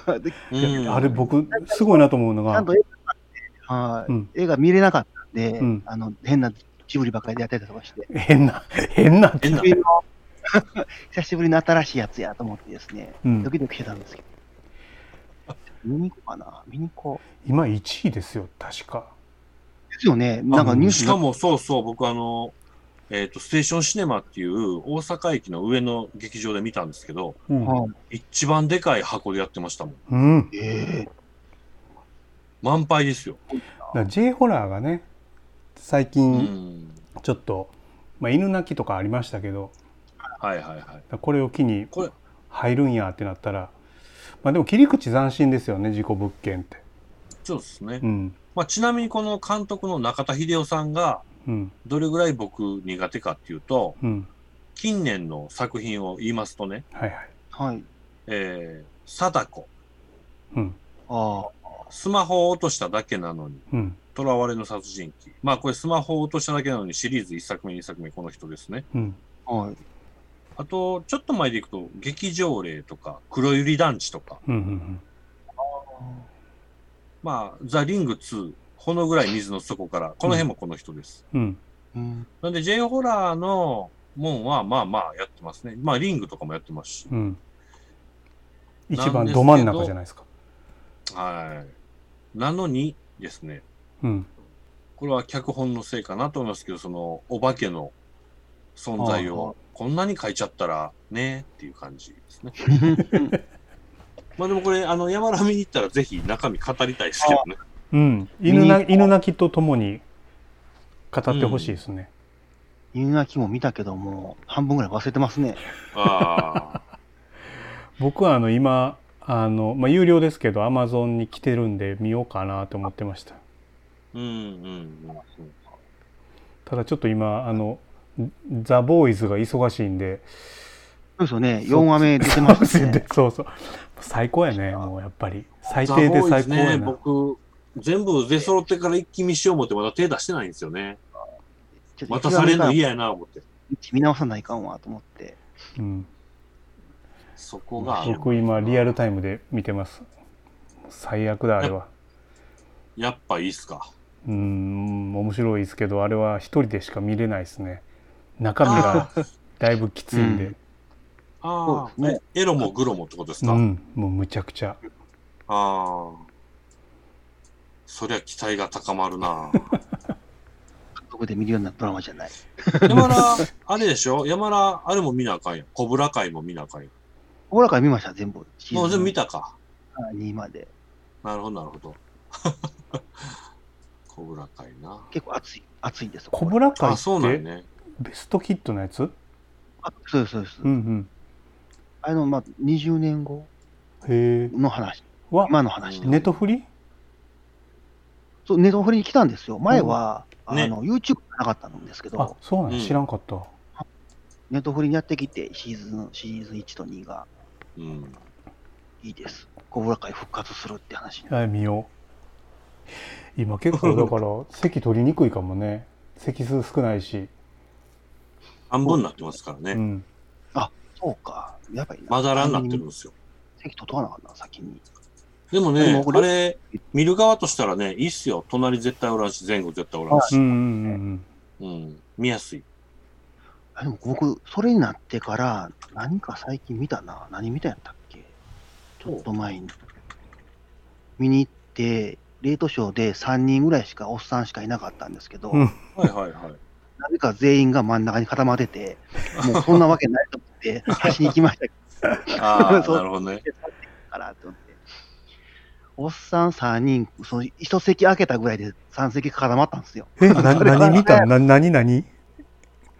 B: うん、
C: あれ僕すごいなと思うの
D: ち
C: が
D: ゃんと映画館で、はい
C: うん
D: 映画見れなかったんで、
C: うん
D: あの変なジブリばっかりでやってたりとかして、
C: 変な変なって
B: 変な
D: 久。しぶりの久しぶりの新しいやつやと思ってですね、
C: うん
D: ドキドキしてたんですけど。見に行こうかな、見に行こう。
C: 今1位ですよ確か
D: ですよね、なんかニュース
B: しかも、そうそう、僕あの、えっ、と、ステーションシネマっていう大阪駅の上の劇場で見たんですけど、
C: うん
D: はい
B: 一番でかい箱でやってましたもん。
C: うん
D: ええ
B: 満杯ですよ。
C: だから J ホラーがね最
B: う
C: 近
B: ん。
C: ちょっとまあ犬鳴きとかありましたけど
B: はいはいはい
C: だからこれを機に
B: これ
C: 入るんやってなったらまあでも切り口斬新ですよね事故物件って。
B: そうですね。
C: うん
B: まあ、ちなみにこの監督の中田秀夫さんが、
C: うん
B: どれぐらい僕苦手かっていうと、
C: うん
B: 近年の作品を言いますとね、
C: はいはい。
D: はい。
B: えー、貞子、
C: うん
D: ああ、
B: スマホを落としただけなのに、
C: うん
B: 囚われの殺人鬼。まあこれスマホを落としただけなのにシリーズ1作目、2作目、この人ですね。
C: うん
D: はい。
B: あと、ちょっと前でいくと、劇場霊とか、黒百合団地とか、
C: うんうん
B: まあ、ザ・リング2、このぐらい水の底から、この辺もこの人です。
C: うんうん
D: うん、
B: なんで J ホラーの門は、まあまあやってますね。まあリングとかもやってますし。
C: うん
B: です
C: 一
B: けど
C: 番ど真ん中じゃないですか。
B: はい。なのにですね、
C: うん
B: これは脚本のせいかなと思いますけど、そのお化けの存在
D: はあは
B: をこんなに書いちゃったらねっていう感じですね。まあでもこれ、あの、山並みに行ったらぜひ中身語りたいですけどね。
C: うん犬な犬鳴きとともに語ってほしいですね。
D: 犬鳴きも見たけども、半分ぐらい忘れてますね。
B: ああ。
C: 僕はあの今あのまあ有料ですけど Amazon に来てるんで見ようかなと思ってました。
B: うんうんうんうん。
C: ただちょっと今あのザ・ボーイズが忙しいんで
D: そうですよね、4話目出てます ね。
C: そうそう最高やねもうやっぱり最
B: ザ
C: 低で
B: ボーイ
C: 最
B: ズ
C: 高や
B: ね、
C: な、
B: 僕、全部出揃ってから一気見しよう思ってまだ手出してないんですよね。
D: ちょっと
B: またされるの嫌やな思って。
D: 一見直さないかんわと思って。
C: うん、
B: そこがある。
C: 僕今リアルタイムで見てます最悪だあれは
B: やっぱいいっすか。
C: うん面白いですけどあれは一人でしか見れないですね中身がだいぶきついんで、
B: あ
D: そうで
B: あ、
D: すね
B: エロもグロもってことです
C: うん
B: か。
C: もうむちゃくちゃ
B: ああ。そりゃ期待が高まる な。
D: どこで見るようなドラマじゃない。
B: 山田、あれでしょ山田、あれも見なあかんやん。小倉会も見なあかんやん。
D: ほらから見ました、全部。
B: もう全部見たか。
D: 2まで。
B: なるほど、なるほど。 小倉会な。
D: 結構熱い、熱いです。
C: 小倉会
B: あ、そうな
C: っ
B: ん
C: て
B: やね。
C: ベストキットのやつ
D: あそうです、そうです。
C: うん
D: あの、まあ、20年後
C: うんへえ
D: の話、
C: は
D: 今の話で。
C: ネットフリ
D: そう、ネットフリに来たんですよ。前は、
B: うんね
D: あの、YouTube がなかったんですけ
C: あ
D: ど、
C: そうなんや
B: うん
C: 知らんかった、
D: ネットフリにやってきて、シーズン、シーズン1と2が
B: うん。
D: いいです。小倉会復活するって話に。
C: はい見よう今結構だから 席取りにくいかもね席数少ないし、
B: 半分になってますから
C: う
B: ね。
C: ん、
D: そうか。やばいな。
B: まだらになってるんですよ。
D: 席取っとかなかった、先に。
B: でも
D: で
B: ね
D: も、
B: あ
D: 俺
B: れ、見る側としたらね、いいっすよ。隣絶対おらんし、前後絶対おらん
C: うんう
B: し。
C: んうん
B: うん。見やすい。
D: あでも僕、それになってから、何か最近見たな。何見たんやったっけちょっと前に。見に行って、レートショーで3人ぐらいしか、おっさんしかいなかったんですけど、
C: うん
B: はいはいはい。
D: なぜか全員が真ん中に固まってて、もうそんなわけないと思 って、端に行きましたけ
B: ああ、
D: そう
B: なるほどね。
D: ど、去ってからと思って。おっさん3人、その1席開けたぐらいで3席固まったんですよ。
C: えな 何見たな何何
D: 何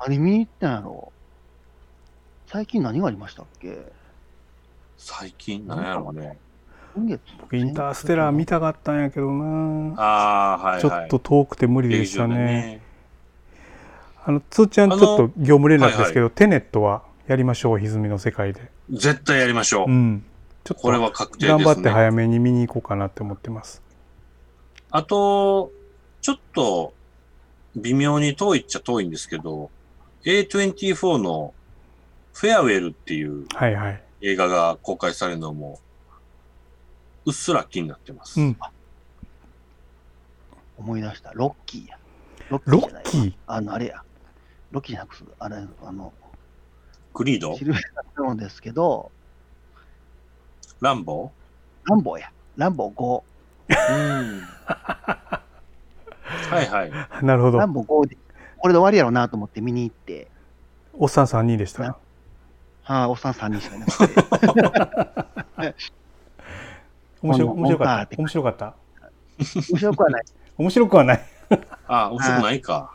D: 見に行ったんやろ最近何がありましたっけ
B: 最近、なんやろうね。
D: 今月
C: 僕インターステラー見たかったんやけどな
B: ああ、はいはい。
C: ちょっと遠くて無理で
B: 劇
C: し
B: 場
C: た
B: で
C: ね
B: ね。
C: あのつーちゃんち
B: あ
C: ょっ
B: の
C: と業務連絡ですけど、テネットはやりましょう歪みの世界で
B: 絶対やりましょ
C: う
B: う。
C: んちょっと
B: これは確定です
C: 頑
B: ね。
C: 張って早めに見に行こうかなって思ってます
B: あと、ちょっと、微妙に遠いっちゃ遠いんですけど、A24 のフェアウェルっていう
C: はいはい
B: 映画が公開されるのも、うっすら気になってます。
C: うん
D: 思い出した。ロッキーや。ロ
C: ロ
D: じゃない
C: ッキー
D: あの、あれや。ロッキーじゃなくす、あれ、あの、
B: クリード
D: シルベスタースタローンですけど、
B: ランボ
D: ランボーや。ランボー
B: ーうん。はいはい。
C: なるほ
D: 5。ラ
C: ど
D: ンボー5で、これで終わりやろうなと思って見に行って、
C: おっさん3人でしたな
D: はあ、おっさん3人しかいなくて、
C: 面白
D: こん
C: 面
D: な
C: 白
D: こん
C: か
D: な
C: っ
D: って
C: た面白かった
D: 面白くはない。
C: 面白くはない、
B: あ、面白くないか。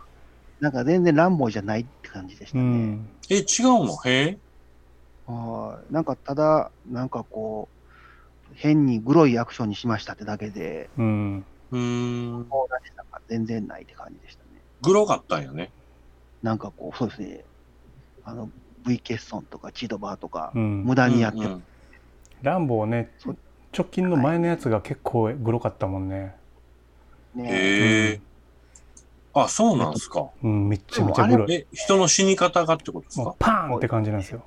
D: なんか全然ランボーじゃないって感じでした
C: う
D: ね。
C: ん、
B: え、違うのへえ
D: はいなんかただ、なんかこう、変にグロいアクションにしましたってだけで、
C: うん、
B: うーん。
D: こうなんか全然ないって感じでしたね。
B: グロかったんやね。
D: なんかこう、そうですね、あの、V 欠損とかチートバーとか
C: う、ん
D: 無駄にやって、
B: うんうん
C: ランボーね
D: そう
C: 直近の前のやつが結構グロかったもんね、
D: ね、
B: へえあ、そうなんすか。
C: うん、めっちゃめちゃグロい
B: え、人の死に方がってことです
C: もう
B: か
C: パーンって感じなんですよ、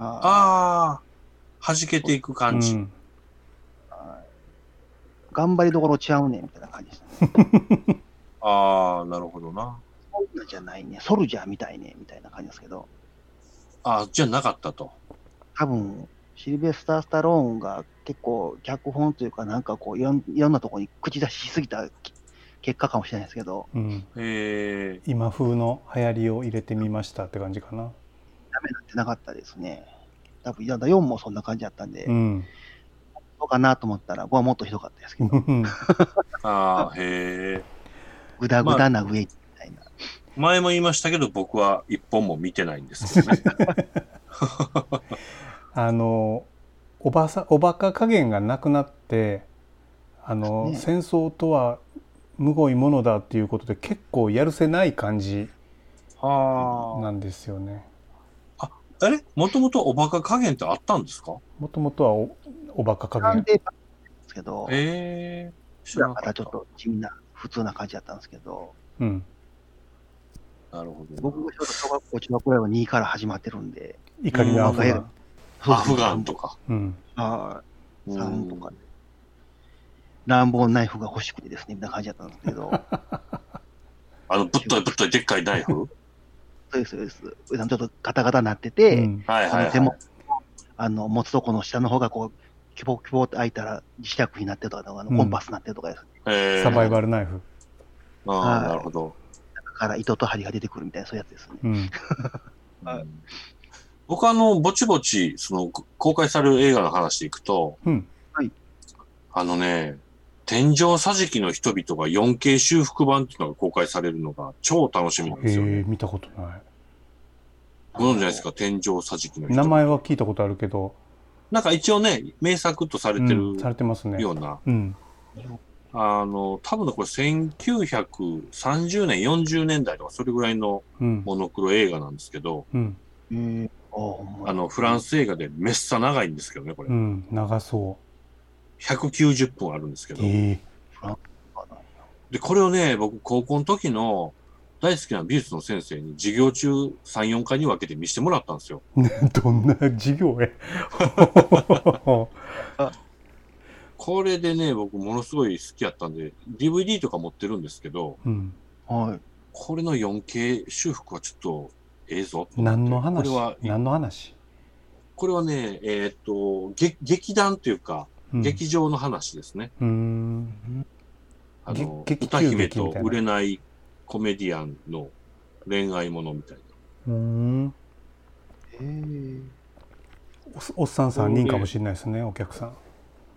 D: あ
B: ああ、弾けていく
C: う
B: 感じ。
C: ん、
D: ー頑張りどころちゃうねみたいな感じですね。
B: ああ、なるほどな。
D: そんなじゃないね、ソルジャーみたいねみたいな感じですけど、
B: ああ、じゃなかったと。
D: 多分シルベスター・スタローンが結構、脚本というか、なんかこういろん、いろんなとこに口出ししすぎたき結果かもしれないですけど、
C: うん、
B: へえ。
C: 今風の流行りを入れてみましたって感じかな
D: ダメになってなかったですね。多分、いやだ4もそんな感じだったんで、
C: う
D: ど
C: ん
D: うかなと思ったら、5はもっとひどかったですけど、
B: ああ、へえ。
D: ぐだぐだな上みたいな。
B: 前も言いましたけど、僕は一本も見てないんですけ どね。
C: あのおばさおバカ加減がなくなってあの、
D: ね
C: 戦争とはむごいものだっていうことで結構やるせない感じ
B: は
C: なんですよね
B: あ。あれもともとおバカ加減ってあったんですか
C: もともとはおおバカ加
D: なん
C: 減
D: でですけど、
B: へえ。知ら
D: だ
B: な
D: か
B: かっ
D: らちょ
B: た
D: っ。と地味な、普通な感じだったんですけど、
C: うん
B: なるほど。
D: 僕がちょっと小学校、中学校ぐらいは2から始まってるんで、
C: 怒りのアフ
D: う
C: ガ
D: ん
C: ン
B: アフガンとか。
C: うん
D: あー
B: う
D: 3
B: ん
D: とか、ね、乱暴ナイフが欲しくてですね、みたいな感じだったんです けど、
B: あの、ぶっといぶっといでっかいナイフ
D: そうです、そうです。ちょっとガタガタなって
C: う
D: て、
C: ん
B: はいはい、
D: で
B: は
D: もあの持つとこの下の方がこう、キュボキュボって開いたら磁石になってるとか、あの
C: うん
D: コンパスになってるとかですね、
B: い。へえ
C: サバイバルナイフ
B: ああ、なるほど。
D: だから糸と針が出てくるみたいな、そういうやつですね。
C: うん
D: はい
B: うん僕はあの、ぼちぼち、その、こ公開される映画の話でいくと、
C: うん
B: あのね、天井桟敷の人々が 4K 修復版っていうのが公開されるのが超楽しみなん
C: へ
B: ですよね。
C: え見たことない
B: ご存知ないですか天井桟敷の人
C: 名前は聞いたことあるけど、
B: なんか一応ね、名作とされて
C: う
B: る
C: ん、されてますね
B: ような
C: うん
D: よ
B: あの、多分ねこれ1930年、40年代とかそれぐらいの
C: うん
B: モノクロ映画なんですけど、
C: うん
D: うん。あほんまや
B: あの、フランス映画でめっさ長いんですけどね、これ
C: う。ん長そ
B: 190分あるんですけ
C: う
B: ど。
C: ええ
B: で、これをね、僕、高校の時の大好きな美術の先生に授業中3、4回に分けて見せてもらったんですよ。
C: どんな授業や
B: これでね、僕、ものすごい好きやったんで、DVD とか持ってるんですけど、
C: うん
D: はい。
B: これの 4K 修復はちょっと、ええぞと思って。
C: 何の
B: これは
C: 話、何の話、
B: これはね、えーっと、劇劇団というか、
C: うん、
B: 劇場の話ですね。
C: うーん
B: あの、
C: 劇
B: 歌姫
C: 劇中劇
B: と
C: みたいな
B: 売れないコメディアンの恋愛ものみたいな。
C: うーん
D: えー
C: おっおっさん3人かもしれないですねお客さん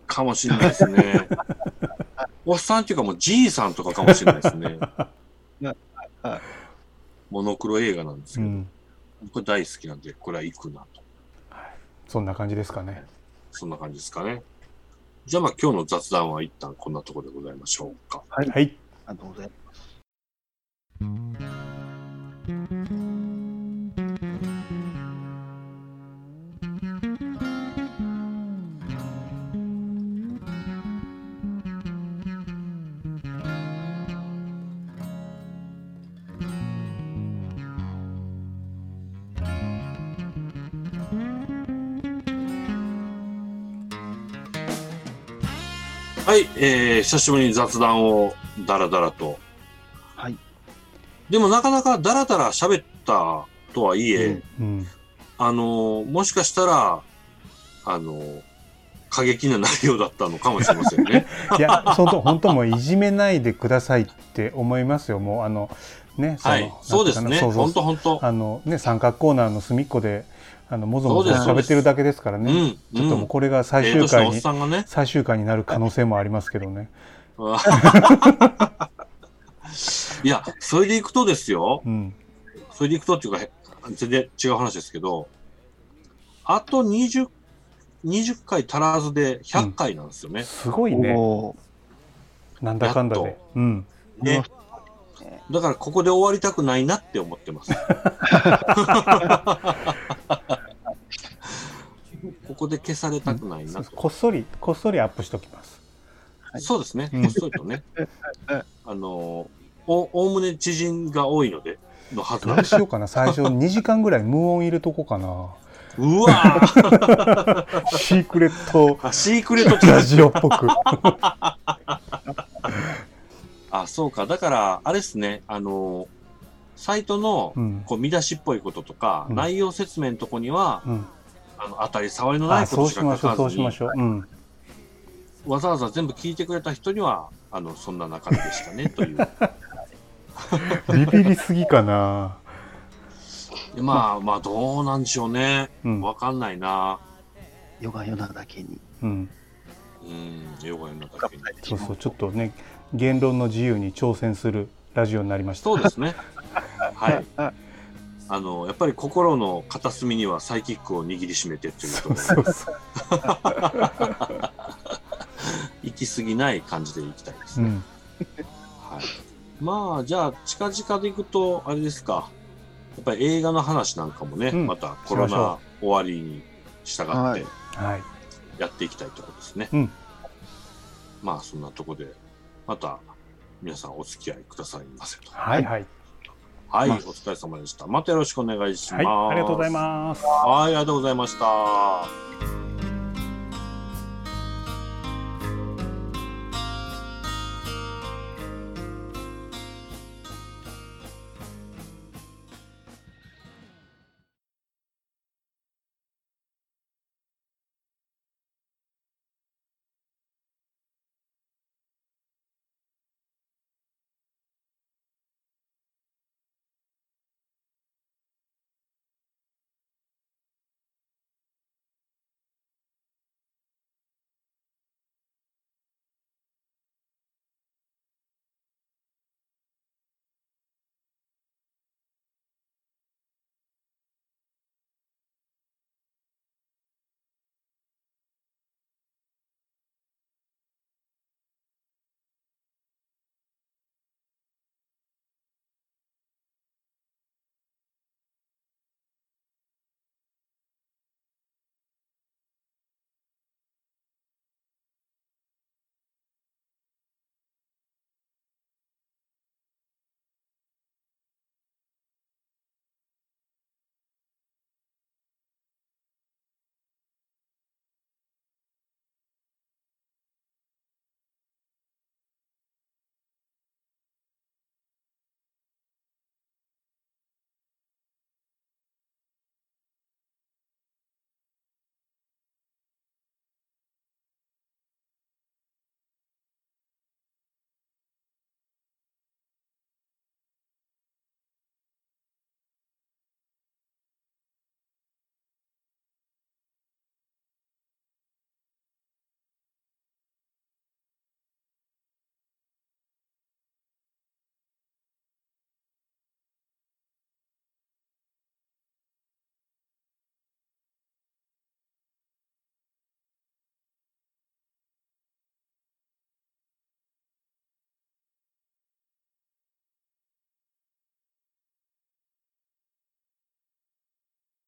B: かもしれないです ね。おっさんっていうかもうじいさんとかかもしれない ですね
D: はいはい。
B: モノクロ映画なんですけ
C: う
B: ど、
C: ん
B: 僕大好きなんで、これは行くなと。
C: そんな感じですかね
B: そんな感じですかね。じゃあまあ今日の雑談は一旦こんなところでございましょうか。
D: はい。あり
C: はい
D: がとうございます。
B: はい、えー、久しぶりに雑談をダラダラと。
D: はい。
B: でもなかなかダラダラ喋ったとはいえ、
D: うん
C: うん
B: あのーもしかしたら、あのー過激な内容だったのかもしれませんね。
C: いや、その本当もういじめないでくださいって思いますよ。もうあのね、の
B: はい、そうですね。
C: なんていかな
B: 本当本当。
C: あのね、三角コーナーの隅っこであのもぞもぞ
D: そうで
C: 喋
D: す
C: ってるだけですから
B: う
C: ね。
B: ん、
C: ちょっともうこれが
B: うん、
C: 最
B: ええ
C: 終
B: 年の
C: 回
B: おっ
C: に
B: さんが ね。
C: 最終回になる可能性もありますけどね。
B: いや、それでいくとですよ。
C: うん。
B: それでいくとっていうか、へ全然違う話ですけど、あと20、20回足らずで100回なんですよね。
C: すごいね。
D: おー
C: なんだかんだ
B: やっ
C: で。うん。
B: ね。だからここで終わりたくないなって思って ます。ここで消されたくないなと。
C: こっそりこっそりアップしときます。
D: はい
B: そうですね、
C: うん
B: こっそりとね。あのお、おおむね知人が多いので、のはず
C: ど
B: なん
C: う
B: です。
C: しようかな。最初2時間ぐらい無音入れとこうかな。
B: うわー
C: シークレット
B: あシークレットチャ
C: ラ
B: ージ。
C: ジオっぽく。
B: あ、そうか。だから、あれですね、あのサイトの
C: う、ん。
B: こう、見出しっぽいこととか、
C: うん
B: 内容説明のとこには、
C: うん。
B: あの、当たり障りのな
C: あ、
B: いこ
C: そ
B: と
C: う
B: し
C: し
B: か
C: ま
B: 書
C: しょう。そ
B: か
C: う
B: ず
C: しま
B: に、
C: しょう。うん。
B: わざわざ全部聞いてくれた人には、あの、そんな中身でしたね、 という。
C: ビビりすぎかな。
B: でまあ、まあ、どうなんでしょうね。
C: うん。
B: わかんないな。
D: 夜が夜なだけに。
C: うん。
B: うん、ヨガの中に。
C: そうそう、ちょっとね、言論の自由に挑戦するラジオになりました。
B: そうです ね。はい。
D: あ
B: あの、やっぱり心の片隅にはサイキックを握りしめてということ
C: そう
B: で、
C: そうそう。
B: 行き過ぎない感じで行きたいです
C: う
B: ね。
C: ん。
B: はい。まあ、じゃあ、近々で行くと、あれですか。やっぱり映画の話なんかもね、
C: うん
B: またコロ
C: しましょ
B: ナ終わりに従っ
D: は
B: て
D: い
C: はい。
B: やっていきたいところですね。
C: うん
B: まあ、そんなとこで、また皆さんお付き合いくださいませと。
C: はいはい。
B: はい、
D: まあ
B: お疲れ様でした。またよろしくお願いしま
C: は
B: す。
C: い。ありがとうございます。
B: はい、ありがとうございました。